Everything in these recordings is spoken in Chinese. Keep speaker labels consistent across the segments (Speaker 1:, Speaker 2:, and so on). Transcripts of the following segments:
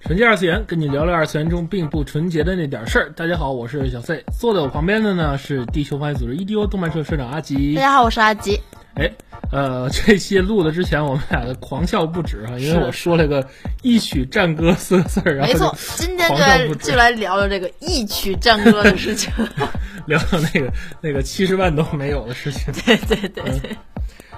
Speaker 1: 纯洁二次元，跟你聊聊二次元中并不纯洁的那点事儿。大家好，我是小 C，坐在我旁边的呢是地球防卫组织 EDO 动漫社社长阿吉。
Speaker 2: 大家好，我是阿吉。
Speaker 1: 哎，呃，这期录的之前，我们俩的狂笑不止哈，因为我说了个“一曲战歌”四个字儿，然
Speaker 2: 没
Speaker 1: 后
Speaker 2: 错
Speaker 1: 就，
Speaker 2: 今天就
Speaker 1: 狂笑
Speaker 2: 来
Speaker 1: 不止
Speaker 2: 就来聊聊这个一曲战歌的 事情。
Speaker 1: 聊到那个那个七十万都没有的事情。 嗯
Speaker 2: 对对对对，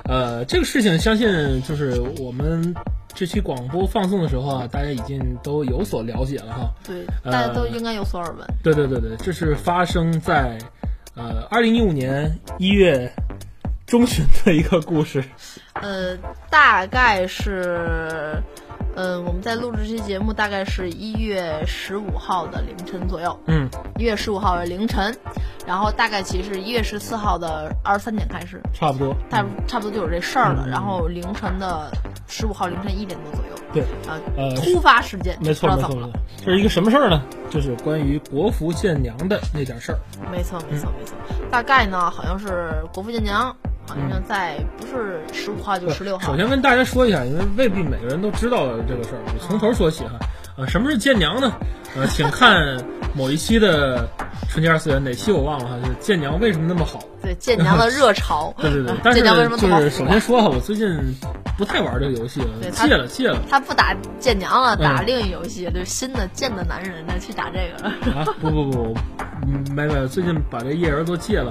Speaker 1: 呃，这个事情相信就是我们这期广播放送的时候啊，大家已经都有所了解了哈。
Speaker 2: 对，
Speaker 1: 呃
Speaker 2: 大家都应该有所耳闻。
Speaker 1: 对对对对，这是发生在呃二零一五年一月中旬的一个故事。
Speaker 2: 呃，大概是，呃，我们在录制这期节目大概是一月十五号的凌晨左右，
Speaker 1: 嗯，
Speaker 2: 一月十五号的凌晨，然后大概其实一月十四号的二十三点开始，
Speaker 1: 差不多。
Speaker 2: 大差不多就有这事儿了。
Speaker 1: 嗯
Speaker 2: 然后凌晨的十五号凌晨一点多左右，
Speaker 1: 对，
Speaker 2: 啊、
Speaker 1: 呃，
Speaker 2: 突发事件，
Speaker 1: 没错
Speaker 2: 不
Speaker 1: 没
Speaker 2: 知
Speaker 1: 错
Speaker 2: 道怎
Speaker 1: 没
Speaker 2: 么了
Speaker 1: 错，这是一个什么事儿呢？就是关于国服建娘的那点事儿。
Speaker 2: 没错，
Speaker 1: 嗯
Speaker 2: 没错，没错。大概呢，好像是国富建娘，好像在不是十五号就十六
Speaker 1: 嗯
Speaker 2: 号
Speaker 1: 首。先跟大家说一下，因为未必每个人都知道这个事儿，我从头说起哈。呃，什么是建娘呢？呃，请看某一期的《纯洁二次元》，哪期我忘了哈。就是建娘为什么那么好？
Speaker 2: 对建娘的热潮，
Speaker 1: 对对对
Speaker 2: 啊，
Speaker 1: 但是
Speaker 2: 建娘为什么这
Speaker 1: 就
Speaker 2: 么
Speaker 1: 是
Speaker 2: 火
Speaker 1: 首先说哈，我最近不太玩这个游戏了
Speaker 2: 对，他
Speaker 1: 戒了戒了
Speaker 2: 他不打建娘了，打
Speaker 1: 嗯
Speaker 2: 另一游戏，就是新的贱的男人呢去打这个了。
Speaker 1: 啊！不不不，嗯没没，最近把这页人都戒了。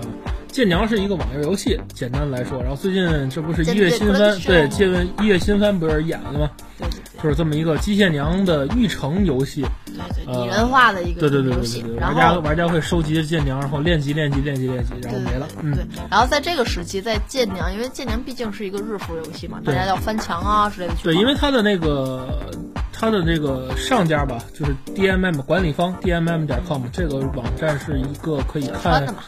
Speaker 1: 剑娘是一个网页游戏，简单来说，然后最近这不是一月新番，对，借问一月新番不是演了吗？
Speaker 2: 对对对
Speaker 1: 就是这么一个机械娘的育成游戏，
Speaker 2: 对对，
Speaker 1: 呃
Speaker 2: 拟人化的一个
Speaker 1: 对对对
Speaker 2: 游
Speaker 1: 对
Speaker 2: 戏
Speaker 1: 对，对，
Speaker 2: 然
Speaker 1: 玩家
Speaker 2: 后。
Speaker 1: 玩家会收集剑娘，然后练级练级练级练级，然后
Speaker 2: 对
Speaker 1: 没
Speaker 2: 对
Speaker 1: 了。
Speaker 2: 对
Speaker 1: 嗯
Speaker 2: 对，，然后在这个时期，在剑娘，因为剑娘毕竟是一个日服游戏嘛，大
Speaker 1: 对
Speaker 2: 家要翻墙啊之类的去玩。
Speaker 1: 对，因为它的那个它的这个上家吧，就是 DMM 管理方 DMM 点 com 这个网站是一个可以看
Speaker 2: 穿的，嘛，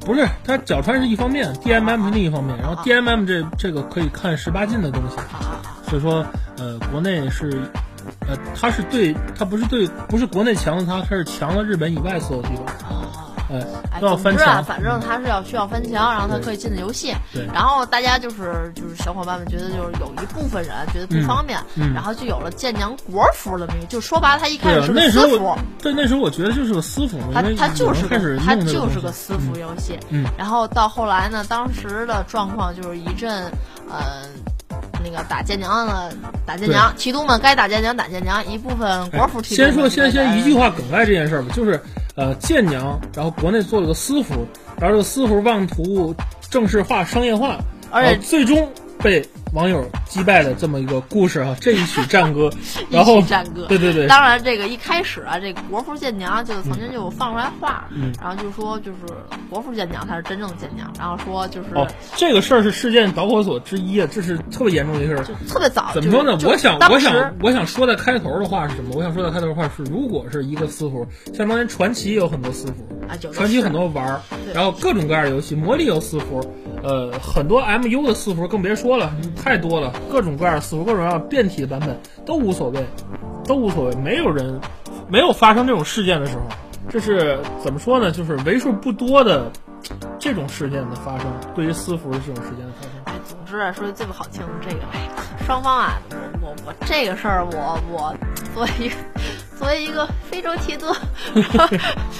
Speaker 1: 不是它脚穿是一方面，DMM 是另一方面，然后 DMM 这这个可以看十八禁的东西，
Speaker 2: 啊啊啊！
Speaker 1: 所以说呃，国内是。呃，它是对，它不是对，不是国内强了它，它是强了日本以外所有地方。
Speaker 2: 啊
Speaker 1: 呃，
Speaker 2: 哎，
Speaker 1: 都要翻
Speaker 2: 总之啊，
Speaker 1: 墙。
Speaker 2: 反正它是要需要翻墙，然后它可以进的游戏。
Speaker 1: 对
Speaker 2: 然后大家就是就是小伙伴们觉得就是有一部分人觉得不方便，
Speaker 1: 嗯嗯
Speaker 2: 然后就有了建娘国服了名，就说白了，它一开
Speaker 1: 对
Speaker 2: 始
Speaker 1: 啊
Speaker 2: 是，个
Speaker 1: 那时
Speaker 2: 私
Speaker 1: 候
Speaker 2: 服
Speaker 1: 我，对那时候我觉得就是个私服嘛，
Speaker 2: 它
Speaker 1: 因为
Speaker 2: 它就
Speaker 1: 有人
Speaker 2: 是
Speaker 1: 开
Speaker 2: 个
Speaker 1: 始
Speaker 2: 它
Speaker 1: 弄这
Speaker 2: 就
Speaker 1: 东
Speaker 2: 是
Speaker 1: 西
Speaker 2: 个私服游戏。
Speaker 1: 嗯
Speaker 2: 然后到后来呢，当时的状况就是一阵，呃。那个打建娘的，打建娘，提督们该打建娘打建娘，一部分国服提督
Speaker 1: 哎先
Speaker 2: 们
Speaker 1: 说先
Speaker 2: 就
Speaker 1: 先
Speaker 2: 来
Speaker 1: 一句话梗概这件事儿吧，就是呃建娘，然后国内做了个私服，然后这个私服妄图正式化、商业化，
Speaker 2: 而
Speaker 1: 然
Speaker 2: 且
Speaker 1: 后最终被网友击败的这么一个故事啊，这一曲战歌，然后
Speaker 2: 一曲战歌
Speaker 1: 对对对，
Speaker 2: 当然，这个一开始啊，这个国服建娘就曾经就放出来话，
Speaker 1: 嗯
Speaker 2: 然后就说就是国服建娘才是真正的建娘，然后说就是、
Speaker 1: 哦，这个事儿是事件导火索之一啊，这是特别严重的一个事儿。
Speaker 2: 就特别早，
Speaker 1: 怎么说呢？
Speaker 2: 啊就是
Speaker 1: 我想，
Speaker 2: 当
Speaker 1: 我
Speaker 2: 时
Speaker 1: 想，我想说的开头的话是什么？我想说的开头的话是，如果是一个私服，像当年传奇也有很多私服，
Speaker 2: 啊，有的
Speaker 1: 传奇
Speaker 2: 是
Speaker 1: 很多玩儿，
Speaker 2: 对
Speaker 1: 然后各种各样的游戏，魔力有私服，呃，很多 MU 的私服更别说了，太多了，各种各样的私服，各种各样的变体的版本都无所谓，都无所谓，没有人没有发生这种事件的时候，这是怎么说呢？就是为数不多的这种事件的发生，对于私服的这种事件的发生。
Speaker 2: 哎，总之啊，说的最不好听的这个，哎，双方啊，我我我这个事儿，我我作为一个作为一个非洲 提督，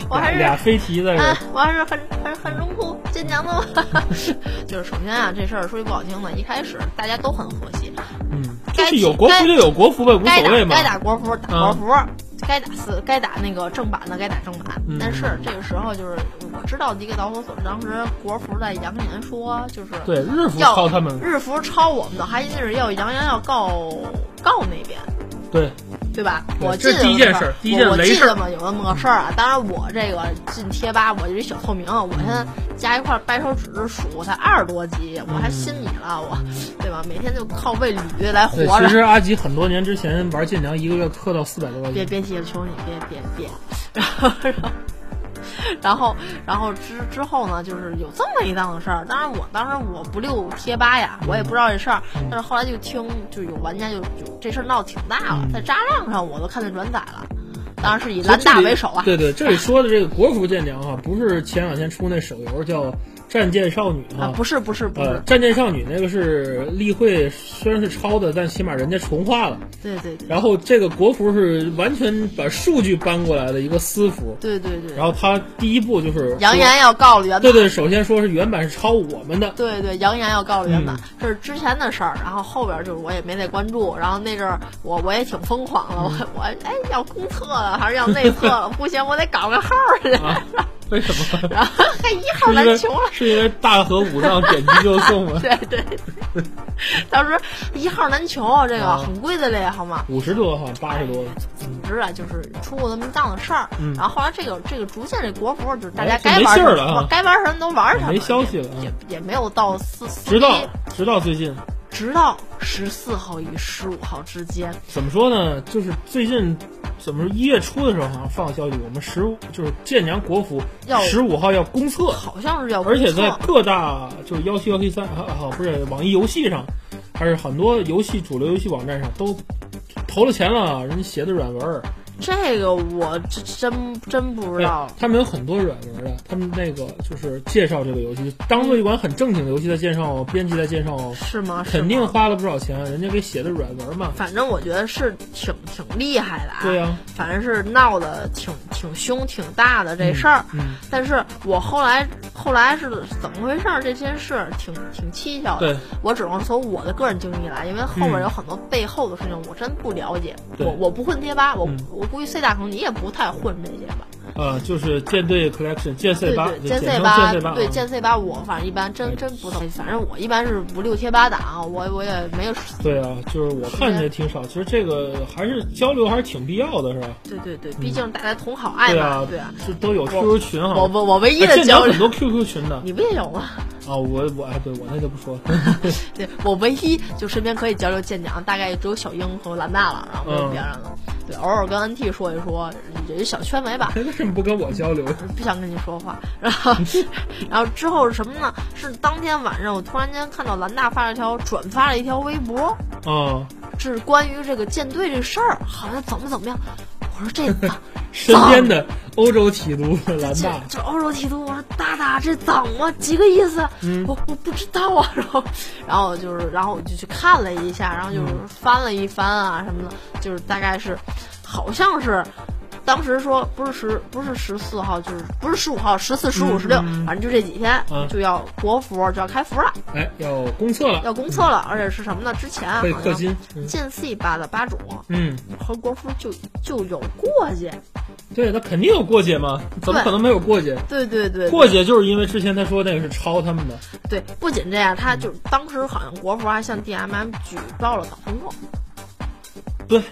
Speaker 2: 我还是
Speaker 1: 俩飞蹄在这儿
Speaker 2: 啊，，我还是很很很荣枯坚强的嘛。 就是首先啊，这事儿说句不好听的，一开始大家都很和谐，
Speaker 1: 嗯，就
Speaker 2: 该
Speaker 1: 是有国服就有国服呗，无
Speaker 2: 该
Speaker 1: 所
Speaker 2: 打
Speaker 1: 谓嘛
Speaker 2: 该。打国服打国
Speaker 1: 嗯
Speaker 2: 服，该打四该打那个正版的该打正版。
Speaker 1: 嗯
Speaker 2: 但是这个时候就是我知道的一个导火索，当时国服在扬言说就是
Speaker 1: 对，日服
Speaker 2: 要嗯
Speaker 1: 靠他们，
Speaker 2: 日服抄我们的，还就是要扬言要告告那边。
Speaker 1: 对，
Speaker 2: 对吧？
Speaker 1: 对
Speaker 2: 我
Speaker 1: 这
Speaker 2: 进
Speaker 1: 是第一件事儿
Speaker 2: 我
Speaker 1: 第一件
Speaker 2: 我
Speaker 1: 雷
Speaker 2: 进
Speaker 1: 事儿
Speaker 2: 了嘛，有了么个事儿啊。当然，我这个进贴吧，我就是小透明，啊我现在加一块掰手指数才二十多级，我还心米了，我对吧？每天就靠喂驴来活
Speaker 1: 对，
Speaker 2: 着
Speaker 1: 其。实阿吉很多年之前玩剑娘，一个月氪到四百多块
Speaker 2: 别
Speaker 1: 钱。
Speaker 2: 别提了，求你别别别。 然后然后然后然后之之后呢，就是有这么一档子事儿。当然我当时我不溜贴吧呀，我也不知道这事儿。
Speaker 1: 嗯
Speaker 2: 但是后来就听就有玩家就就这事儿闹挺大了，在扎浪上我都看见转载了。当然是以
Speaker 1: 嗯所以
Speaker 2: 蓝
Speaker 1: 这
Speaker 2: 大
Speaker 1: 里
Speaker 2: 为首啊，
Speaker 1: 对对，这里说的这个国服剑娘哈、不是前两天出那手游叫《战舰少女》哈、
Speaker 2: 啊不是不是不
Speaker 1: 呃，
Speaker 2: 是，
Speaker 1: 《战舰少女》那个是例会，虽然是抄的，但起码人家重画了。
Speaker 2: 对对对
Speaker 1: 然后这个国服是完全把数据搬过来的一个私服。
Speaker 2: 对对对，
Speaker 1: 然后他第一步就是
Speaker 2: 扬言要告了原
Speaker 1: 对
Speaker 2: 版。
Speaker 1: 对，首先说是原版是抄我们的，
Speaker 2: 对对，扬言要告了原版，
Speaker 1: 嗯
Speaker 2: 这是之前的事儿，然后后边就是我也没太关注，然后那阵儿我我也挺疯狂的，
Speaker 1: 嗯
Speaker 2: 我我哎要公测了还是要内测了， 不行，我得搞个号儿去，
Speaker 1: 啊， 为什么？
Speaker 2: 然后还 一号
Speaker 1: 是因
Speaker 2: 难
Speaker 1: 为
Speaker 2: 求 了。
Speaker 1: 是因为大河五藏点击就送吗？
Speaker 2: 对对，对当时一号难求啊，这个
Speaker 1: 啊
Speaker 2: 很贵的嘞，好吗？
Speaker 1: 五十多好像八十多了，
Speaker 2: 总之啊，就是出过那么一档子事儿，
Speaker 1: 嗯
Speaker 2: 然后后来这个这个逐渐这国服就是大家
Speaker 1: 哎就
Speaker 2: 该
Speaker 1: 没
Speaker 2: 玩
Speaker 1: 信儿
Speaker 2: 什
Speaker 1: 了
Speaker 2: 么
Speaker 1: 啊
Speaker 2: 该玩什么都玩什么，
Speaker 1: 没消息了啊
Speaker 2: 也也没有到四四
Speaker 1: 直到
Speaker 2: 一
Speaker 1: 直到最近，
Speaker 2: 直到十四号与十五号之间，
Speaker 1: 怎么说呢？就是最近怎么说一月初的时候好像放消息，我们十五就是建娘国服
Speaker 2: 要
Speaker 1: 十五号要公测，
Speaker 2: 好像是要
Speaker 1: 而且在
Speaker 2: 公测
Speaker 1: 各大就是幺七幺七三啊啊不是网易游戏上，还是很多游戏主流游戏网站上都投了钱了，人家写的软文儿。
Speaker 2: 这个我真真真不知
Speaker 1: 对
Speaker 2: 道，
Speaker 1: 哎他们有很多软文的，他们那个就是介绍这个游戏，当做一款很正经的游戏在介绍，编辑在介绍，
Speaker 2: 是吗？是吗
Speaker 1: 肯定花了不少钱，人家给写的软文嘛。
Speaker 2: 反正我觉得是挺挺厉害的啊，
Speaker 1: 对呀、
Speaker 2: 反正是闹得挺挺凶、挺大的这事儿。
Speaker 1: 嗯，
Speaker 2: 但是我后来后来是怎么回事儿？这件事儿挺挺蹊跷的
Speaker 1: 对。嗯
Speaker 2: 我只能从我的个人经历来，因为后面有很多背后的事情我真不了解。
Speaker 1: 对
Speaker 2: 我我不混贴吧，我、
Speaker 1: 嗯
Speaker 2: 我估计 C 大坑你也不太混这些吧。
Speaker 1: 呃，就是舰队 collection 剑 C
Speaker 2: 对
Speaker 1: 八，
Speaker 2: 对，
Speaker 1: 就
Speaker 2: 剑
Speaker 1: 简
Speaker 2: C
Speaker 1: 称
Speaker 2: 八
Speaker 1: 剑 C 八，，
Speaker 2: 对
Speaker 1: 啊
Speaker 2: 剑 C 八，我反正一般真
Speaker 1: 哎
Speaker 2: 真不太，反正我一般是不六贴吧党，啊我我也没有，
Speaker 1: 对啊，就是我看着也挺少，其实这个还是交流还是挺必要的，是吧？
Speaker 2: 对对对，毕竟大家同好爱嘛，
Speaker 1: 嗯啊，
Speaker 2: 对啊，
Speaker 1: 这都有 QQ 群哈。
Speaker 2: 我我我唯一
Speaker 1: 哎
Speaker 2: 的
Speaker 1: 剑桥
Speaker 2: 交
Speaker 1: 很多
Speaker 2: 流，
Speaker 1: QQ 群的
Speaker 2: 你不也有吗？
Speaker 1: 啊，我我哎，对我那就不说了。
Speaker 2: 对我唯一就身边可以交流舰娘，大概只有小英和兰大了，然后没有
Speaker 1: 嗯
Speaker 2: 别人了。对，偶尔跟 NT 说一说，也是小圈围吧。
Speaker 1: 为什么不跟我交流？
Speaker 2: 不想跟你说话，然后，然后之后是什么呢？是当天晚上，我突然间看到兰大发了一条转发了一条微博，
Speaker 1: 啊，
Speaker 2: 是关于这个舰队这事儿，好像怎么怎么样。我说这咋
Speaker 1: 身边的欧洲提督兰
Speaker 2: 这
Speaker 1: 大，
Speaker 2: 这欧洲提督，我说大大这怎么几个意思？
Speaker 1: 嗯
Speaker 2: 我我不知道啊。然后然后就是然后我就去看了一下，然后就是翻了一翻啊什么的，就是大概是好像是。当时说不是十不是十四号，就是不是十五号，十四、十五、十六，反正就这几天
Speaker 1: 嗯
Speaker 2: 就要国服就要开服了，
Speaker 1: 哎，要公测了，
Speaker 2: 要公测了，而且是什么呢？之前啊
Speaker 1: 可以
Speaker 2: 好
Speaker 1: 氪
Speaker 2: 像
Speaker 1: 金。嗯
Speaker 2: 剑 C 吧的吧主
Speaker 1: 嗯，
Speaker 2: 和国服就就有过节，
Speaker 1: 对，那肯定有过节嘛，怎么可能没有过节？
Speaker 2: 对对对，嗯
Speaker 1: 过节就是因为之前他说那个是抄他们的，
Speaker 2: 对，不仅这样，他就当时好像国服还向 DMM 举报了倒腾购，
Speaker 1: 对，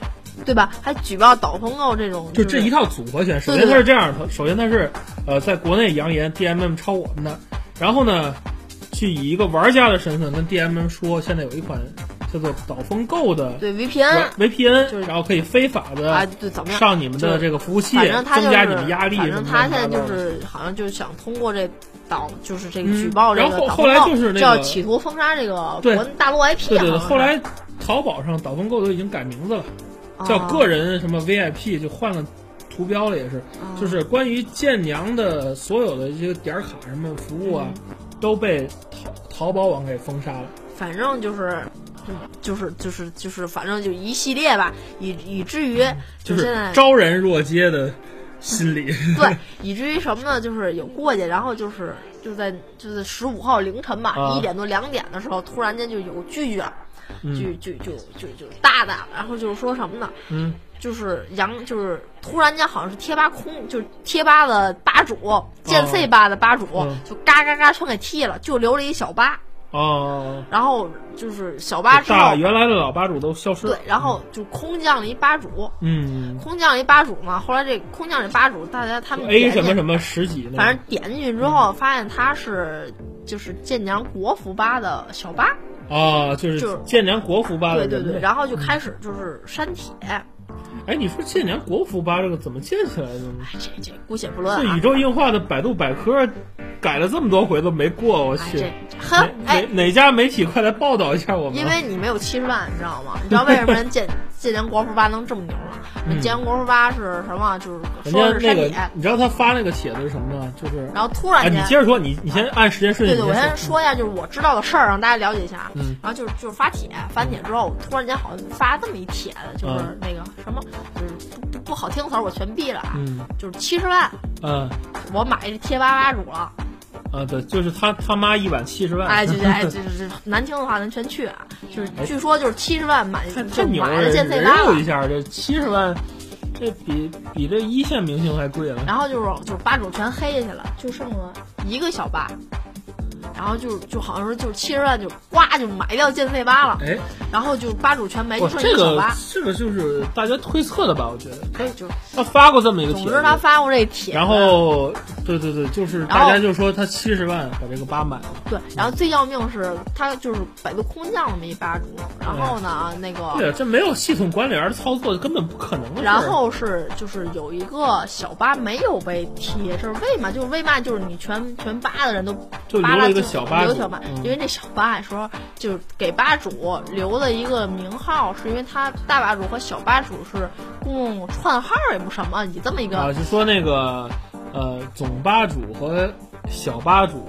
Speaker 2: 对吧？还举报倒腾购这种，
Speaker 1: 就是这一套组合拳。首
Speaker 2: 对
Speaker 1: 先
Speaker 2: 对
Speaker 1: 他是这样，的，首先他是呃在国内扬言 DMM 抄我们的，然后呢，去以一个玩家的身份跟 DMM 说，现在有一款叫做导风购的
Speaker 2: 对 VPN
Speaker 1: 软 VPN，
Speaker 2: 就是
Speaker 1: 然后可以非法
Speaker 2: 啊，
Speaker 1: 的
Speaker 2: 对，怎么样？
Speaker 1: 上你们
Speaker 2: 就
Speaker 1: 的
Speaker 2: 是
Speaker 1: 这个服务器，
Speaker 2: 反正他就
Speaker 1: 增
Speaker 2: 是，
Speaker 1: 加你们压力什
Speaker 2: 反
Speaker 1: 么的。
Speaker 2: 正他现在
Speaker 1: 乱七八
Speaker 2: 就
Speaker 1: 糟的
Speaker 2: 是好像就想通过这倒，就是这个
Speaker 1: 嗯
Speaker 2: 举报这
Speaker 1: 然
Speaker 2: 个
Speaker 1: 后
Speaker 2: 倒
Speaker 1: 后
Speaker 2: 腾
Speaker 1: 来
Speaker 2: 购，
Speaker 1: 就是那
Speaker 2: 叫
Speaker 1: 个
Speaker 2: 企图封杀这个
Speaker 1: 对
Speaker 2: 国内大陆啊 IP
Speaker 1: 对对
Speaker 2: 好
Speaker 1: 对，
Speaker 2: 像
Speaker 1: 后
Speaker 2: 是
Speaker 1: 来淘宝上导风购都已经改名字了，叫
Speaker 2: 啊
Speaker 1: 个人什么 VIP，就换了图标了，也是，
Speaker 2: 啊
Speaker 1: 就是关于建娘的所有的这些点儿卡什么服务啊，
Speaker 2: 嗯
Speaker 1: 都被淘淘宝网给封杀了。
Speaker 2: 反正就是。嗯就是就是就是，反正就一系列吧，以以至于
Speaker 1: 就
Speaker 2: 现在
Speaker 1: 是招人若揭的心理，
Speaker 2: 对，以至于什么呢？就是有过去，然后就是就在就是十五号凌晨吧，
Speaker 1: 啊
Speaker 2: 一点多两点的时候，突然间就有拒绝，就
Speaker 1: 嗯
Speaker 2: 就就就就大大，然后就是说什么呢？
Speaker 1: 嗯，
Speaker 2: 就是杨，就是突然间好像是贴吧空，就是贴吧的吧主，剑 C 吧的吧主
Speaker 1: 哦嗯，
Speaker 2: 就嘎嘎嘎全给踢了，就留了一小吧。
Speaker 1: 哦，
Speaker 2: 然后就是小八之
Speaker 1: 大
Speaker 2: 后，
Speaker 1: 原来的老吧主都消失
Speaker 2: 对
Speaker 1: 了。，
Speaker 2: 然后就空降了一吧主，
Speaker 1: 嗯
Speaker 2: 空降了一吧主嘛。后来这空降这吧主，大家他们
Speaker 1: ，A
Speaker 2: 点
Speaker 1: 什
Speaker 2: 进
Speaker 1: 么什么十几那个，
Speaker 2: 反正点进去之后，发现他是就是建娘国服吧的小八，
Speaker 1: 啊，就是
Speaker 2: 就是
Speaker 1: 建良国服吧的
Speaker 2: 对
Speaker 1: 人
Speaker 2: 对对，
Speaker 1: 呗
Speaker 2: 然后就开始就是删帖，
Speaker 1: 哎，你说建良国服吧这个怎么建起来的呢？
Speaker 2: 这这姑且不 论
Speaker 1: 这
Speaker 2: 啊
Speaker 1: 宇，宙硬化的百度百科改了这么多回都没过，我
Speaker 2: 哎
Speaker 1: 去。
Speaker 2: 这
Speaker 1: 哪
Speaker 2: 哼
Speaker 1: 哪
Speaker 2: 哎，
Speaker 1: 哪家媒体快来报道一下我们
Speaker 2: 因
Speaker 1: 啊！
Speaker 2: 为你没有七十万，你知道吗？你知道为什么人 建建良国服吧能这么牛吗？
Speaker 1: 嗯
Speaker 2: 建良国服吧是什么？就是
Speaker 1: 人
Speaker 2: 说
Speaker 1: 家
Speaker 2: 是
Speaker 1: 那
Speaker 2: 删
Speaker 1: 个
Speaker 2: 帖，，
Speaker 1: 你知道他发那个帖子是什么吗？就是
Speaker 2: 然后突
Speaker 1: 哎，
Speaker 2: 然
Speaker 1: 你
Speaker 2: 间
Speaker 1: 接着说，你你先按时间顺
Speaker 2: 对
Speaker 1: 序
Speaker 2: 对，
Speaker 1: 你
Speaker 2: 我先
Speaker 1: 说。
Speaker 2: 说一下，就是我知道的事儿，让大家了解一下。
Speaker 1: 嗯，
Speaker 2: 然后就是就是发帖，发帖之后，突然间好像发这么一帖子，就是
Speaker 1: 嗯
Speaker 2: 那个什么，就是不不不好听的词儿我全毙了啊，
Speaker 1: 嗯
Speaker 2: 就是七十万，
Speaker 1: 嗯
Speaker 2: 我买这贴吧吧主 了，
Speaker 1: 啊，对，就是他他妈一晚七十万，
Speaker 2: 哎，就是哎，就是难听的话咱全去啊，就是
Speaker 1: 哎
Speaker 2: 据说就是七十万买
Speaker 1: 太太
Speaker 2: 就
Speaker 1: 牛
Speaker 2: 买
Speaker 1: 了，
Speaker 2: 了健
Speaker 1: 人
Speaker 2: 赛吧
Speaker 1: 肉一
Speaker 2: 了。
Speaker 1: 下这七十万，这比比这一线明星还贵了。
Speaker 2: 然后就是就是吧主全黑下去了，就剩了一个小吧，然后就就好像是就七十万就呱就买掉健赛吧了，
Speaker 1: 哎，
Speaker 2: 然后就吧主全没，
Speaker 1: 不
Speaker 2: 就，剩哎一
Speaker 1: 这
Speaker 2: 个小
Speaker 1: 个
Speaker 2: 吧，
Speaker 1: 这个就是大家推测的吧？我觉得他
Speaker 2: 哎，就
Speaker 1: 他发过这么一个帖
Speaker 2: 总
Speaker 1: 子
Speaker 2: 之，他发过这帖子，
Speaker 1: 然后对对对，就是
Speaker 2: 然
Speaker 1: 大
Speaker 2: 后
Speaker 1: 家就说他七十万把这个八买了，
Speaker 2: 对，然后最要命是他就是百度空降那么一吧主，然后呢
Speaker 1: 对
Speaker 2: 那个，
Speaker 1: 啊，这没有系统管理而操作根本不可能的事儿。
Speaker 2: 哦然后是就是有一个小吧没有被踢，这是为嘛？就是为嘛？就是你全全吧的人都
Speaker 1: 就
Speaker 2: 扒
Speaker 1: 留
Speaker 2: 拉
Speaker 1: 了一个
Speaker 2: 进
Speaker 1: 小吧
Speaker 2: 留
Speaker 1: 主，
Speaker 2: 小吧，
Speaker 1: 嗯
Speaker 2: 因为这小吧有时候就是给吧主留了一个名号，是因为他大吧主和小吧主是共用串号也不什么，你这么一个
Speaker 1: 啊，就说那个呃，总吧主和小吧主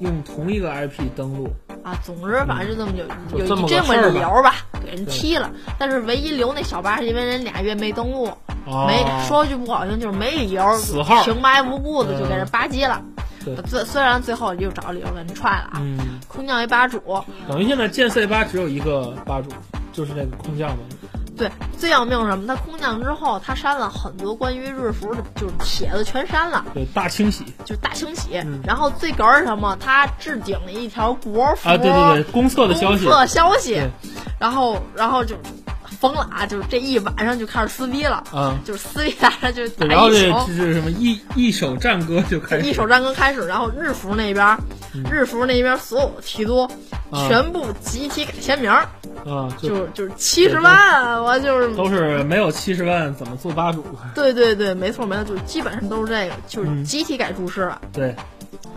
Speaker 1: 用同一个 IP 登录，
Speaker 2: 啊，总之反正就这么有
Speaker 1: 就
Speaker 2: 有
Speaker 1: 这么
Speaker 2: 一
Speaker 1: 个
Speaker 2: 这
Speaker 1: 事儿
Speaker 2: 么
Speaker 1: 吧
Speaker 2: 理由吧，给人
Speaker 1: 对
Speaker 2: 踢了。但是唯一留那小八是因为人俩月没登录，
Speaker 1: 哦、
Speaker 2: 没说句不好听就是没理由，
Speaker 1: 死号
Speaker 2: 平白无故的就给人
Speaker 1: 嗯
Speaker 2: 吧唧了
Speaker 1: 对。
Speaker 2: 最、虽然最后又找理由给人踹了啊，
Speaker 1: 嗯，
Speaker 2: 空降一吧主，
Speaker 1: 等于现在剑 C 吧只有一个吧主，就是那个空降嘛。
Speaker 2: 对，最要命是什么？他空降之后，他删了很多关于日服的，就是帖子全删了，
Speaker 1: 对，大清洗
Speaker 2: 就是大清洗。
Speaker 1: 嗯
Speaker 2: 然后最哏儿是什么？他置顶了一条国服
Speaker 1: 啊，对对对，公测的消息
Speaker 2: 哦公，测消息
Speaker 1: 对，
Speaker 2: 然后然后就疯了啊！就是这一晚上就开始撕逼了，
Speaker 1: 啊，
Speaker 2: 就是撕逼大家就是
Speaker 1: 对，
Speaker 2: 打
Speaker 1: 然后
Speaker 2: 一
Speaker 1: 这
Speaker 2: 宿，
Speaker 1: 这是什么一一手战歌就开始
Speaker 2: 哎一手战歌开始，然后日服那边儿，
Speaker 1: 嗯
Speaker 2: 日服那边所有的提督全部集体改签名儿，
Speaker 1: 啊，就
Speaker 2: 就是就是七十万，啊我就是
Speaker 1: 都是没有七十万怎么做吧主？
Speaker 2: 对对对，没错没错，就是基本上都是这个，就是
Speaker 1: 嗯
Speaker 2: 集体改注释了，
Speaker 1: 对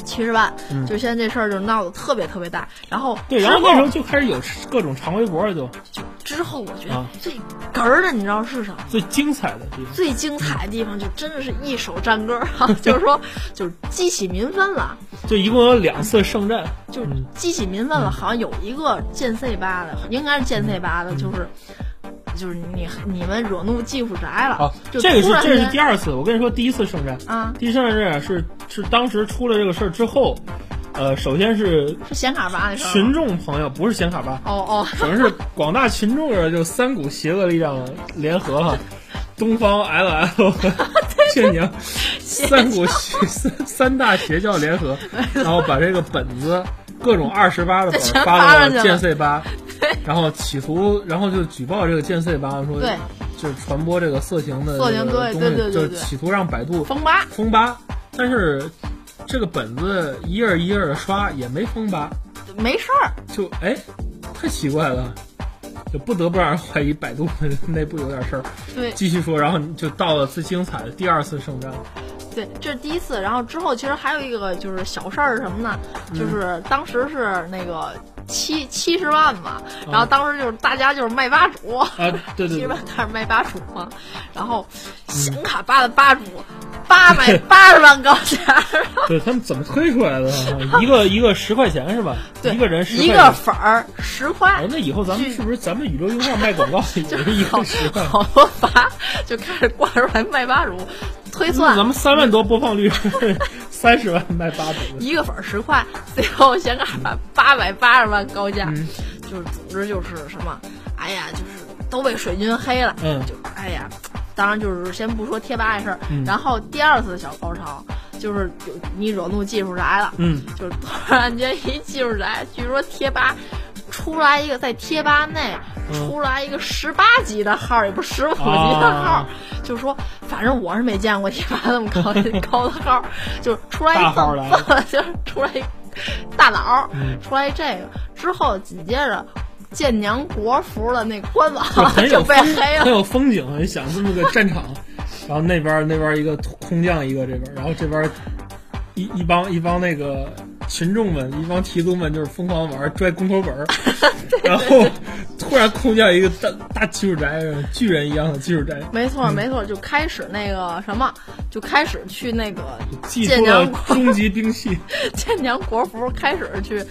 Speaker 2: 七十万
Speaker 1: 嗯，
Speaker 2: 就现在这事儿就闹得特别特别大，然后
Speaker 1: 对，
Speaker 2: 之
Speaker 1: 然后那时
Speaker 2: 后
Speaker 1: 候就开始有各种常微博了，就
Speaker 2: 就之后我觉得
Speaker 1: 啊
Speaker 2: 最哏儿的你知道是什么吗？
Speaker 1: 最精彩的地方。
Speaker 2: 最精彩的地方就真的是一首战歌 啊，就是说，就是激起民愤了，
Speaker 1: 就一共有两次圣战，
Speaker 2: 就是
Speaker 1: 嗯
Speaker 2: 激起民愤了。好像有一个剑 C 八的，应该是剑 C 八
Speaker 1: 嗯
Speaker 2: 的，就是就是你你们惹怒技术宅了，
Speaker 1: 啊，
Speaker 2: 就
Speaker 1: 这个是
Speaker 2: 突然
Speaker 1: 这是
Speaker 2: 间
Speaker 1: 第二次。我跟你说，第一次圣战，
Speaker 2: 啊，
Speaker 1: 第一次圣战是是当时出了这个事儿之后，呃，首先是
Speaker 2: 是显卡吧那时候
Speaker 1: 群。众朋友，不是显卡吧，
Speaker 2: 哦哦，
Speaker 1: 可能是广大群众的就三股邪恶力量联合哈，东方 L L 劝娘三股邪三三大邪教联 合，然后把这个本子各种二十八的本
Speaker 2: 全
Speaker 1: 儿
Speaker 2: 发
Speaker 1: 发到
Speaker 2: 上去了
Speaker 1: 剑 C 八，然后企图，然后就举报这个剑 C 八说
Speaker 2: 对，
Speaker 1: 就是传播这个色情的
Speaker 2: 色情
Speaker 1: 这个东
Speaker 2: 对
Speaker 1: 西，
Speaker 2: 对对对
Speaker 1: 就
Speaker 2: 对
Speaker 1: 企图让百度
Speaker 2: 风吧，
Speaker 1: 封吧，但是这个本子一页一页的刷也没封吧，
Speaker 2: 没事儿，
Speaker 1: 就哎，太奇怪了，就不得不让人怀疑百度的内部有点事儿。
Speaker 2: 对
Speaker 1: 继续说，然后你就到了最精彩的第二次圣战，
Speaker 2: 对，这是第一次。然后之后其实还有一个就是小事儿是什么呢？
Speaker 1: 嗯
Speaker 2: 就是当时是那个七七十万嘛，然
Speaker 1: 嗯
Speaker 2: 后当时就是大家就是卖吧主，
Speaker 1: 啊，对对
Speaker 2: 七十
Speaker 1: 对
Speaker 2: 万，开始卖吧主嘛，然后显卡吧的吧主八 买八十万高价，
Speaker 1: 对他们怎么推出来的？一个一个十块钱是吧？
Speaker 2: 对，
Speaker 1: 一个人十块
Speaker 2: 一
Speaker 1: 钱。
Speaker 2: 个粉儿十块
Speaker 1: 哦，，那以后咱们
Speaker 2: 去
Speaker 1: 是不是咱们宇宙优化卖广告也是一个十块？
Speaker 2: 好多吧就开始挂出来卖吧主，推
Speaker 1: 那
Speaker 2: 算
Speaker 1: 咱们三万多播放率，三十万卖八百。
Speaker 2: 一个粉儿十块，最后显卡吧八百八十万高价，
Speaker 1: 嗯
Speaker 2: 就是总之就是什么，哎呀，就是都被水军黑了，
Speaker 1: 嗯
Speaker 2: 就哎呀，当然就是先不说贴吧的事儿，
Speaker 1: 嗯
Speaker 2: 然后第二次小高潮就是有你惹怒技术宅了，
Speaker 1: 嗯，
Speaker 2: 就是突然间一技术宅，据说贴吧出来一个在贴吧内
Speaker 1: 嗯
Speaker 2: 出来一个十八级的号，也不十五级的号
Speaker 1: 啊，
Speaker 2: 就说反正我是没见过贴吧那么高 高的号，就出来
Speaker 1: 大
Speaker 2: 一这
Speaker 1: 号来了
Speaker 2: 么 就是出来一大佬儿
Speaker 1: 嗯，
Speaker 2: 出来这个之后紧接着。建娘国服的那个官网
Speaker 1: 就很有
Speaker 2: 就被
Speaker 1: 风
Speaker 2: 黑了
Speaker 1: 很，有风景，很想这么个战场。然后那边儿那边儿一个空降一个这边儿，然后这边儿一一帮一帮那个群众们，一帮提督们就是疯狂玩儿拽公头本 儿，然后突然空降一个大大技术宅，巨人一样的技术宅，
Speaker 2: 没错，没错，就开始那个什么，就开始去那个
Speaker 1: 祭
Speaker 2: 建
Speaker 1: 出了
Speaker 2: 娘国
Speaker 1: 终极兵 器
Speaker 2: 建娘国服，开始去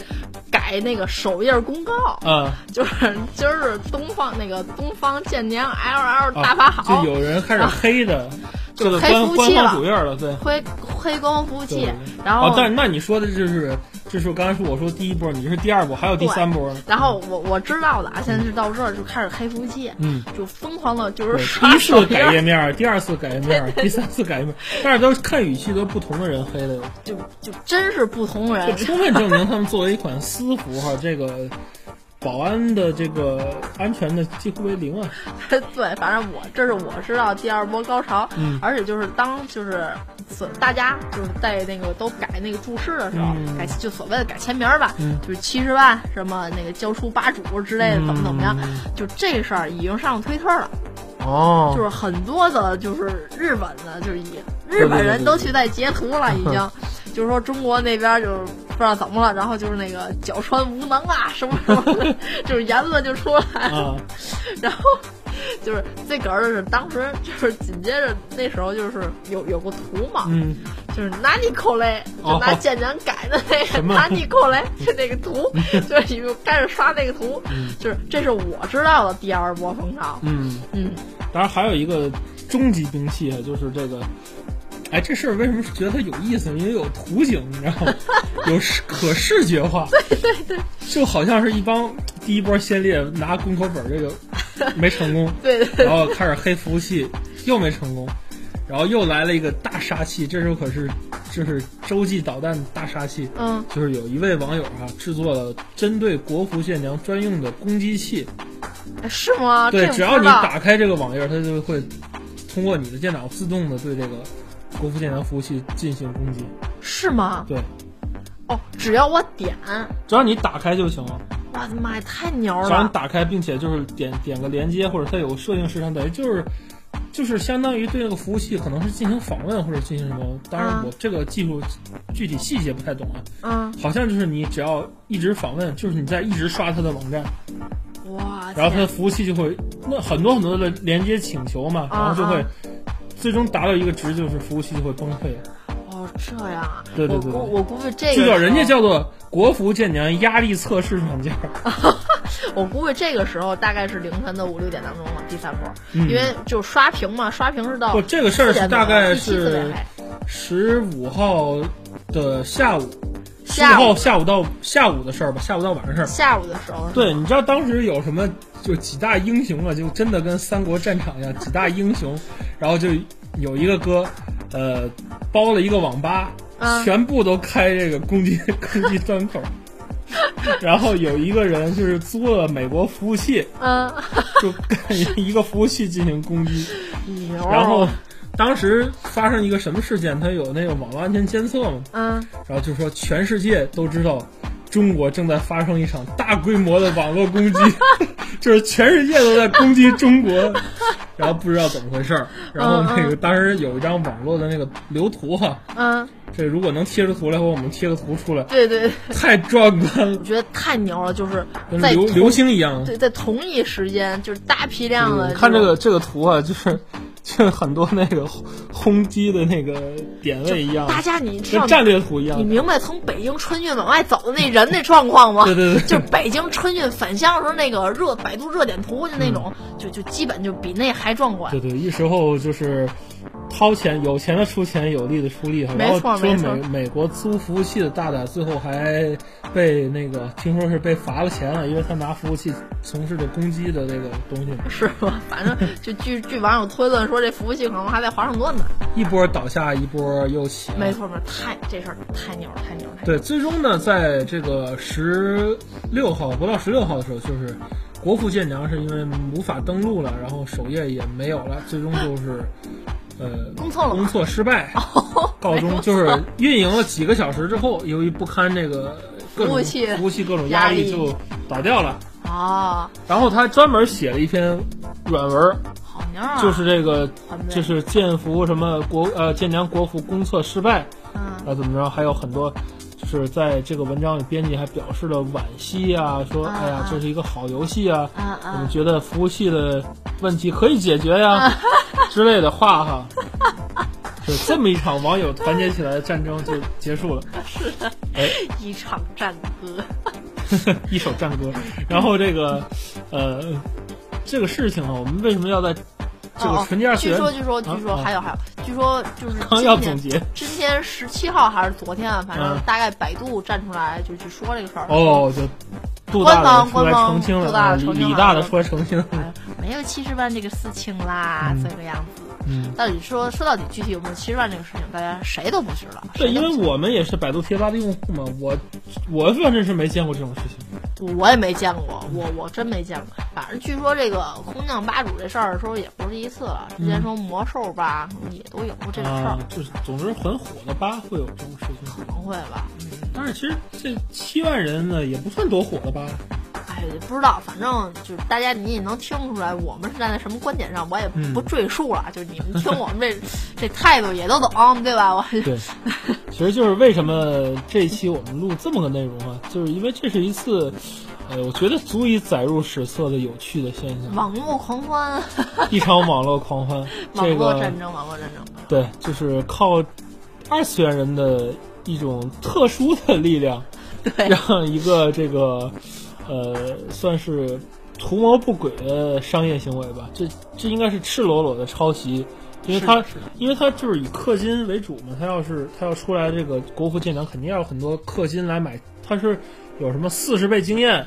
Speaker 2: 改那个首页公告，
Speaker 1: 啊！
Speaker 2: 就是今儿是东方那个东方建娘 LL
Speaker 1: 啊
Speaker 2: 大法好，啊
Speaker 1: 就有人开始黑的，这个
Speaker 2: 就黑
Speaker 1: 官
Speaker 2: 服
Speaker 1: 官
Speaker 2: 气
Speaker 1: 方
Speaker 2: 了哦
Speaker 1: 主页了，对。
Speaker 2: 黑黑光服务
Speaker 1: 对
Speaker 2: 器
Speaker 1: 对，
Speaker 2: 然
Speaker 1: 哦
Speaker 2: 后，
Speaker 1: 但那你说的就是，就是刚才说我说第一波，你是第二波，还有第
Speaker 2: 对
Speaker 1: 三波，
Speaker 2: 然后我我知道的啊，现在就到这儿就开始黑服务器，
Speaker 1: 嗯，
Speaker 2: 就疯狂的就是
Speaker 1: 对，
Speaker 2: 刷
Speaker 1: 第一次
Speaker 2: 首页
Speaker 1: 改页面儿，第二次改页面儿，第三次改页 面儿，但是都是看语气都是不同的人黑的哟，
Speaker 2: 就就真是不同人
Speaker 1: 就，充分证明他们作为一款私服哈，这个保安的这个安全的几乎为零啊。
Speaker 2: 对，反正我这是我知道第二波高潮，
Speaker 1: 嗯
Speaker 2: 而且就是当就是所大家就是在那个都改那个注释的时候，
Speaker 1: 嗯
Speaker 2: 改就所谓的改签名儿吧，
Speaker 1: 嗯
Speaker 2: 就是七十万什么那个交出吧主之类的，怎么怎么样，
Speaker 1: 嗯
Speaker 2: 就这事儿已经上推特了，
Speaker 1: 哦
Speaker 2: 就是很多的就是日本的，就是已日本人都去在截图了，已 经，就是说中国那边就是不知道怎么了，然后就是那个脚穿无能啊什么什么的， 就是言论就出来了。
Speaker 1: 啊，
Speaker 2: 然后就是最哏儿的是，当时就是紧接着那时候就是有有个图嘛，
Speaker 1: 嗯，
Speaker 2: 就是拿尼寇雷，就拿
Speaker 1: 哦
Speaker 2: 剑娘改的那个
Speaker 1: 什么
Speaker 2: 拿尼寇雷就那个图， 就是你就开始刷那个图，
Speaker 1: 嗯
Speaker 2: 就是这是我知道的第二波风潮，
Speaker 1: 嗯，
Speaker 2: 嗯，
Speaker 1: 当然还有一个终极兵器啊，就是这个。哎，这事儿为什么觉得它有意思呢？因为有图形，你知道吗？有视可视觉化。 对对对，就好像是一帮第一波先烈拿工口本儿这个没成功，
Speaker 2: 对 对对
Speaker 1: 然后开始黑服务器，又没成功，然后又来了一个大杀器，这时候可是就是洲际导弹大杀器，
Speaker 2: 嗯，
Speaker 1: 就是有一位网友哈、制作了针对国服舰娘专用的攻击器，
Speaker 2: 哎是吗？
Speaker 1: 对
Speaker 2: 这，我
Speaker 1: 只要
Speaker 2: 不
Speaker 1: 你
Speaker 2: 知道
Speaker 1: 打开这个网页，它就会通过你的电脑自动的对这个国服舰娘服务器进行攻击，
Speaker 2: 是吗？
Speaker 1: 对，
Speaker 2: 哦，只要我点，
Speaker 1: 只要你打开就行了，
Speaker 2: 我的妈呀，太牛
Speaker 1: 只要你
Speaker 2: 了！
Speaker 1: 打开并且就是点点个连接或者它有设定时长，等于就是。就是相当于对那个服务器可能是进行访问或者进行什么，当然
Speaker 2: 啊
Speaker 1: 我这个技术具体细节不太懂啊，
Speaker 2: 嗯，
Speaker 1: 好像就是你只要一直访问，就是你在一直刷它的网站，
Speaker 2: 哇，
Speaker 1: 然后它的
Speaker 2: 天
Speaker 1: 服务器就会那很多很多的连接请求嘛，然后就会
Speaker 2: 啊
Speaker 1: 最终达到一个值，就是服务器就会崩溃，
Speaker 2: 哦这样啊，
Speaker 1: 对对
Speaker 2: 我
Speaker 1: 对
Speaker 2: 估
Speaker 1: 对
Speaker 2: 我估计这个
Speaker 1: 就叫人家
Speaker 2: 时
Speaker 1: 叫
Speaker 2: 候
Speaker 1: 做国服舰娘压力测试软件儿。
Speaker 2: 哦我估计这个时候大概是凌晨的五六点当中了，第三波，
Speaker 1: 嗯
Speaker 2: 因为就刷屏嘛，刷屏是到
Speaker 1: 不，这个事儿是大概
Speaker 2: 四点左右
Speaker 1: 是十五号的下午，十五
Speaker 2: 下午
Speaker 1: 号下午到下午的事儿吧，下午到晚上事儿。
Speaker 2: 下午的时候，
Speaker 1: 对，你知道当时有什么就几大英雄啊，就真的跟三国战场一样，几大英雄，然后就有一个哥，呃，包了一个网吧，
Speaker 2: 嗯
Speaker 1: 全部都开这个攻击攻击端 口，然后有一个人就是租了美国服务器，
Speaker 2: 嗯，
Speaker 1: 就跟一个服务器进行攻击，
Speaker 2: 牛，
Speaker 1: 然后。当时发生一个什么事件？它有那个网络安全监测嘛，
Speaker 2: 嗯，
Speaker 1: 然后就说全世界都知道，中国正在发生一场大规模的网络攻击， 就是全世界都在攻击中国，然后不知道怎么回事儿。然后那个当时有一张网络的那个流图哈，
Speaker 2: 嗯，
Speaker 1: 这如果能贴出图来，或者我们贴个图出来，
Speaker 2: 对对，对
Speaker 1: 太壮观了
Speaker 2: 我，觉得太牛了，就是
Speaker 1: 跟
Speaker 2: 在
Speaker 1: 流
Speaker 2: 同
Speaker 1: 流星一样。
Speaker 2: 对在同一时间，就是大批量
Speaker 1: 嗯
Speaker 2: 的
Speaker 1: 你看这
Speaker 2: 种
Speaker 1: 个这个图啊，就是 就是很多那个轰击的那个点位一样，
Speaker 2: 大家，你知
Speaker 1: 跟
Speaker 2: 道
Speaker 1: 战略图一样
Speaker 2: 你。明白从北京春运往外走的那人那状况吗？
Speaker 1: 对对对
Speaker 2: 就是北京春运返乡的时候那个热百
Speaker 1: 嗯
Speaker 2: 度热点图就那种，就就基本就比那还壮观
Speaker 1: 对。对，一时候就是掏钱，有钱的出钱，有力的出力哈。
Speaker 2: 没
Speaker 1: 然后
Speaker 2: 错
Speaker 1: 说
Speaker 2: 没错
Speaker 1: 美美国租服务器的大大最后还被那个听说是被罚了钱了，因为他拿服务器从事的攻击的这个东西嘛。
Speaker 2: 是吧？反正就据据网友推论说，这服务器可能还在华盛顿呢。
Speaker 1: 一波倒下，一波又起。啊
Speaker 2: 没错，没错，太这事儿太牛了，太牛了。太牛了
Speaker 1: 对，最终呢，在这个十六号不到十六号的时候，就是国富建粮是因为无法登录了，然后首页也没有了，最终就是呃
Speaker 2: 公测了吗
Speaker 1: 公测失败，
Speaker 2: 哦
Speaker 1: 告终。就是运营了几个小时之后，由于不堪这个各种
Speaker 2: 服务器
Speaker 1: 服务器各种压
Speaker 2: 压
Speaker 1: 力，
Speaker 2: 力
Speaker 1: 就倒掉了。
Speaker 2: 哦，
Speaker 1: 然后他还专门写了一篇软文儿，
Speaker 2: 好牛啊！
Speaker 1: 就是这个
Speaker 2: 好嘞
Speaker 1: 就是建服什么国呃建粮国服公测失败。
Speaker 2: 嗯，
Speaker 1: 啊，怎么着，还有很多，就是在这个文章里，编辑还表示了惋惜啊，说
Speaker 2: 啊
Speaker 1: 哎呀
Speaker 2: 啊，
Speaker 1: 这是一个好游戏啊，
Speaker 2: 啊
Speaker 1: 我
Speaker 2: 啊
Speaker 1: 们，觉得服务器的问题可以解决 呀之类的话哈。就这么一场网友团结起来的战争就结束了，
Speaker 2: 一场战歌。
Speaker 1: 一首战歌。然后这个，呃，这个事情啊，我们为什么要在这个
Speaker 2: 哦
Speaker 1: 纯洁二次
Speaker 2: 据
Speaker 1: 元
Speaker 2: 说，据说，
Speaker 1: 啊
Speaker 2: 据说
Speaker 1: 啊
Speaker 2: 还有还有，据说就是
Speaker 1: 刚要
Speaker 2: 今
Speaker 1: 总
Speaker 2: 天
Speaker 1: 结？
Speaker 2: 今天十七号还是昨天啊，反正
Speaker 1: 嗯
Speaker 2: 大概百度站出来就去说这个事儿。
Speaker 1: 哦，就杜大
Speaker 2: 官
Speaker 1: 的
Speaker 2: 方
Speaker 1: 出来
Speaker 2: 官方
Speaker 1: 澄清
Speaker 2: 杜
Speaker 1: 了，
Speaker 2: 大
Speaker 1: 啊
Speaker 2: 的澄清
Speaker 1: 李李
Speaker 2: 了
Speaker 1: 大的出来澄清了，
Speaker 2: 哎呀，没有七十万这个事情啦，
Speaker 1: 嗯
Speaker 2: 这个样子。
Speaker 1: 嗯。
Speaker 2: 到底说说到底，具体有没有七十万这个事情，大家谁都不知道。
Speaker 1: 对，
Speaker 2: 谁都
Speaker 1: 因
Speaker 2: 不
Speaker 1: 为
Speaker 2: 知道
Speaker 1: 我们也是百度贴吧的用户嘛，我我反正是没见过这种事情。
Speaker 2: 我也没见过，我我真没见过。反正据说这个空降吧主这事儿，说也不是第一次了，之前说魔兽吧也都有过这种事儿
Speaker 1: 啊，，就是总之很火的吧会有这种事情。
Speaker 2: 可能会吧。嗯，
Speaker 1: 但是其实这七万人呢，也不算多火的吧。
Speaker 2: 哎，也不知道，反正就是大家你也能听出来，我们是站在什么观点上，我也
Speaker 1: 嗯
Speaker 2: 不赘述了。就是你们听我们这 这态度也都懂，对吧？我
Speaker 1: 对其实就是为什么这一期我们录这么个内容啊，就是因为这是一次，呃，我觉得足以载入史册的有趣的现象，
Speaker 2: 网络狂欢，
Speaker 1: 一场网络狂欢。
Speaker 2: 网
Speaker 1: 这
Speaker 2: 络
Speaker 1: 个
Speaker 2: 战争，网络战争。
Speaker 1: 对，就是靠二次元人的一种特殊的力量，
Speaker 2: 对
Speaker 1: 让一个这个呃算是图谋不轨的商业行为吧，这这应该是赤裸裸的抄袭，因为它
Speaker 2: 是
Speaker 1: 因为它就是以氪金为主嘛，它要是它要出来这个国服建粮，肯定要有很多氪金来买，它是有什么四十倍经验，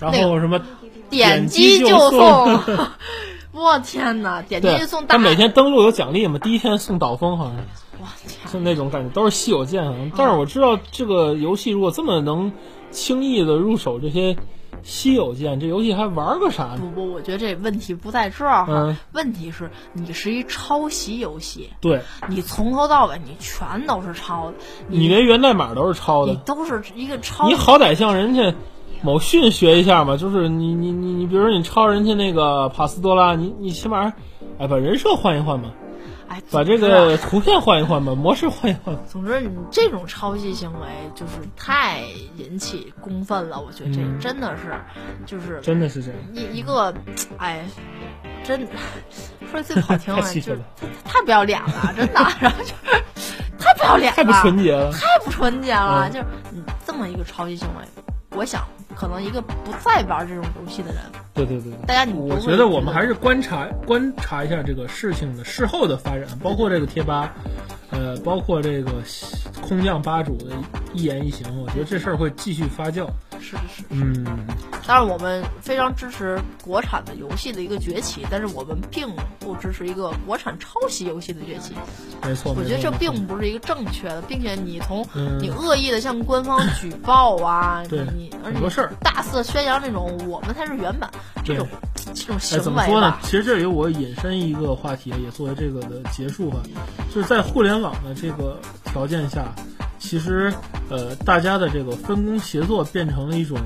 Speaker 1: 然
Speaker 2: 那
Speaker 1: 后什么
Speaker 2: 点
Speaker 1: 击
Speaker 2: 击
Speaker 1: 就
Speaker 2: 就
Speaker 1: 送
Speaker 2: 送， 我天哪！点击
Speaker 1: 对
Speaker 2: 就，送大，
Speaker 1: 它每天登录有奖励嘛，第一天送导风好像是。
Speaker 2: 我天。
Speaker 1: 就那种感觉，都是稀有剑好像。但是我知道这个游戏如果这么能轻易的入手这些稀有剑，这游戏还玩个啥呢？
Speaker 2: 不不，我觉得这问题不在这儿哈，
Speaker 1: 嗯
Speaker 2: 问题是你是一抄袭游戏，
Speaker 1: 对，
Speaker 2: 你从头到尾你全都是抄的，
Speaker 1: 你
Speaker 2: 你
Speaker 1: 连源代码都是抄
Speaker 2: 你
Speaker 1: 的，
Speaker 2: 都是一个抄
Speaker 1: 嗯你。好歹向人家某讯学一下嘛。就是你你你你，比如说你抄人家那个帕斯多拉，你你起码，哎，把人设换一换嘛，
Speaker 2: 哎，
Speaker 1: 把这
Speaker 2: 总之
Speaker 1: 个
Speaker 2: 啊，
Speaker 1: 图片换一换嘛，模式换一换。
Speaker 2: 总之你这种抄袭行为就是太引起公愤了，我觉得这
Speaker 1: 嗯
Speaker 2: 真的是，就是
Speaker 1: 真的是这样，
Speaker 2: 一一个，哎，真说最不好听了，
Speaker 1: 太气
Speaker 2: 就
Speaker 1: 愤
Speaker 2: 是
Speaker 1: 了
Speaker 2: 太太不要脸了，真 的，然后就是太不要脸了，
Speaker 1: 太不纯洁了。
Speaker 2: 太不纯洁了，
Speaker 1: 嗯
Speaker 2: 就是你这么一个抄袭行为，我想可能一个不再玩这种游戏的人，
Speaker 1: 对对对对。
Speaker 2: 大家你不
Speaker 1: 我
Speaker 2: 会
Speaker 1: 觉得我们还是观察观察一下这个事情的事后的发展，包括这个贴吧，呃，包括这个空降吧主的一言一行，我觉得这事儿会继续发酵。
Speaker 2: 是是是，
Speaker 1: 嗯，
Speaker 2: 当然我们非常支持国产的游戏的一个崛起，但是我们并不支持一个国产抄袭游戏的崛起，
Speaker 1: 没错，
Speaker 2: 我觉得
Speaker 1: 没
Speaker 2: 这
Speaker 1: 错没错
Speaker 2: 并不是一个正确的，并且你从
Speaker 1: 嗯
Speaker 2: 你恶意的向官方举报啊，
Speaker 1: 对
Speaker 2: 你而
Speaker 1: 很多
Speaker 2: 你
Speaker 1: 事儿。
Speaker 2: 大肆宣扬这种我们才是原版这种这种
Speaker 1: 哎，
Speaker 2: 行
Speaker 1: 怎么
Speaker 2: 为
Speaker 1: 说呢
Speaker 2: 吧？，
Speaker 1: 其实这里我引申一个话题，也作为这个的结束吧，就是在互联网的这个条件下，其实呃，大家的这个分工协作变成了一种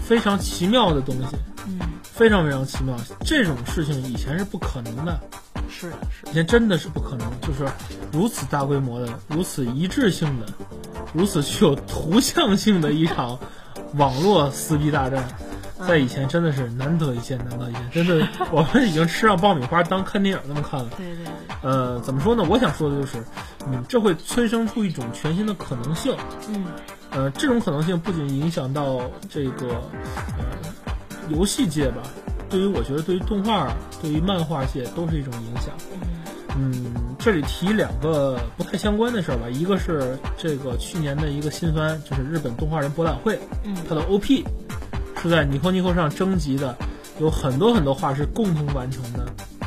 Speaker 1: 非常奇妙的东西。
Speaker 2: 嗯，
Speaker 1: 非常非常奇妙，这种事情以前是不可能的，
Speaker 2: 嗯是的，是的，
Speaker 1: 以前真的是不可能，就是如此大规模的、如此一致性的、如此具有图像性的一场网络撕逼大战，
Speaker 2: 嗯
Speaker 1: 在以前真的是难得一见，难得一见，真的我们已经吃上爆米花当看电影那么看了。
Speaker 2: 对对对，
Speaker 1: 呃，怎么说呢？我想说的就是，嗯，这会催生出一种全新的可能性。
Speaker 2: 嗯，
Speaker 1: 呃，这种可能性不仅影响到这个呃游戏界吧，对于我觉得对于动画、对于漫画界都是一种影响。
Speaker 2: 嗯
Speaker 1: 嗯，这里提两个不太相关的事儿吧，一个是这个去年的一个新番，就是日本动画人博览会，
Speaker 2: 嗯
Speaker 1: 它的 OP 是在 Nico Nico 上征集的，有很多很多画是共同完成的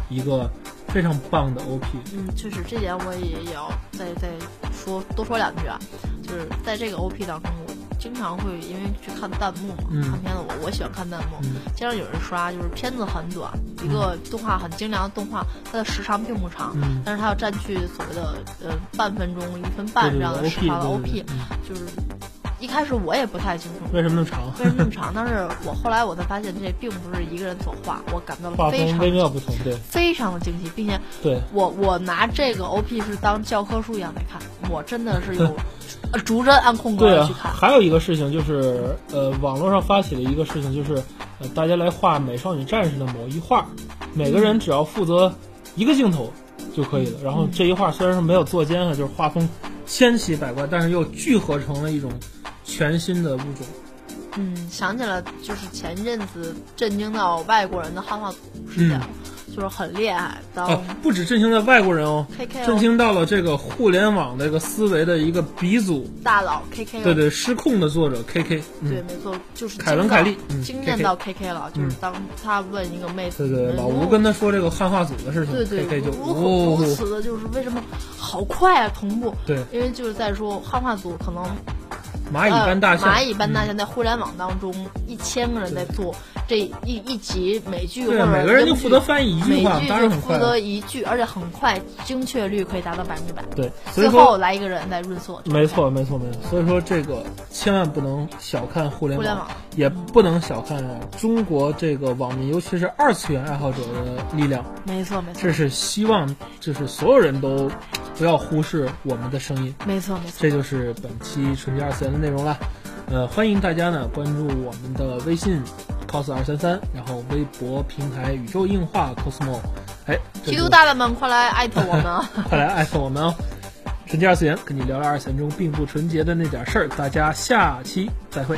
Speaker 1: 一个非常棒的 OP。
Speaker 2: 嗯，就是这点我也也要再再说多说两句啊，就是在这个 OP 当中，我经常会因为去看弹幕嘛，
Speaker 1: 嗯
Speaker 2: 看片子我我喜欢看弹幕，
Speaker 1: 嗯
Speaker 2: 经常有人刷，就是片子很短，一个动画很精良的动画，它的时长并不长，
Speaker 1: 嗯，
Speaker 2: 但是它要占据所谓的呃半分钟、一分
Speaker 1: 对
Speaker 2: 半这
Speaker 1: 对
Speaker 2: 样的时
Speaker 1: 对
Speaker 2: 长的
Speaker 1: OP，对
Speaker 2: OP，
Speaker 1: 对嗯
Speaker 2: 就是一开始我也不太清楚。
Speaker 1: 为什么那么长？
Speaker 2: 为什么这么长？但是我后来我才发现，这并不是一个人所画，我感到
Speaker 1: 画
Speaker 2: 了非
Speaker 1: 风
Speaker 2: 常
Speaker 1: 微妙不同，对
Speaker 2: 非常的惊喜，并且
Speaker 1: 对，
Speaker 2: 我我拿这个 OP 是当教科书一样来看，我真的是有呃逐帧按空格
Speaker 1: 对
Speaker 2: 的
Speaker 1: 啊
Speaker 2: 去，看。
Speaker 1: 还有一个事情就是，呃，网络上发起了一个事情，就是呃，大家来画美少女战士的某一画，每个人只要负责一个镜头就可以了。
Speaker 2: 嗯
Speaker 1: 然后这一画虽然说没有作尖啊，就是画风千奇百怪，但是又聚合成了一种全新的物种。
Speaker 2: 嗯，想起了就是前阵子震惊到外国人的汉化组事件，就是很厉害。当
Speaker 1: 嗯啊，不止振兴在外国人哦，振
Speaker 2: KK
Speaker 1: 兴到了这个互联网这个思维的一个鼻祖，
Speaker 2: 哦大佬 KK
Speaker 1: 对对，失控的作者 KK，
Speaker 2: 哎对
Speaker 1: 嗯，
Speaker 2: 没错，就是
Speaker 1: 凯文
Speaker 2: 惊到
Speaker 1: 凯利嗯
Speaker 2: 惊艳
Speaker 1: KK
Speaker 2: 到 KK 了，就是
Speaker 1: 嗯
Speaker 2: 当他问一个妹子，
Speaker 1: 对对，
Speaker 2: 嗯
Speaker 1: 老吴跟他说这个汉化组的事情
Speaker 2: 对对
Speaker 1: ，KK 就
Speaker 2: 如
Speaker 1: 哦
Speaker 2: 何，如此的，就是为什么好快啊同步，
Speaker 1: 对，
Speaker 2: 因为就是在说汉化组可能
Speaker 1: 蚂蚁般大象，
Speaker 2: 呃、蚂蚁般大
Speaker 1: 嗯
Speaker 2: 象在互联网当中，一千个人在做这一一集美剧或
Speaker 1: 对啊，
Speaker 2: 者
Speaker 1: 每个人
Speaker 2: 英
Speaker 1: 就
Speaker 2: 剧
Speaker 1: 负责翻译一
Speaker 2: 每
Speaker 1: 句话，当
Speaker 2: 就
Speaker 1: 然
Speaker 2: 是
Speaker 1: 很快
Speaker 2: 负
Speaker 1: 了。
Speaker 2: 责一句，而且很快，精确率可以达到百分之百。
Speaker 1: 对，所
Speaker 2: 最
Speaker 1: 以
Speaker 2: 后
Speaker 1: 说，
Speaker 2: 来一个人在润色，
Speaker 1: 没错，没错，没错。所以说，这个千万不能小看互联
Speaker 2: 互
Speaker 1: 网，
Speaker 2: 联网
Speaker 1: 也不能小看中国这个网民，尤其是二次元爱好者的力量。
Speaker 2: 没错没错
Speaker 1: 这是希望，就是所有人都不要忽视我们的声音。
Speaker 2: 没错没错。
Speaker 1: 这就是本期纯洁二次元的内容了。呃，欢迎大家呢关注我们的微信 cos 二三三，然后微博平台宇宙硬化 cosmo。哎，这
Speaker 2: 提
Speaker 1: 就
Speaker 2: 督大大们，快来艾特我们啊！
Speaker 1: 快来艾特我们哦。纯洁二次元，跟你聊聊二次元中并不纯洁的那点事儿。大家下期再会。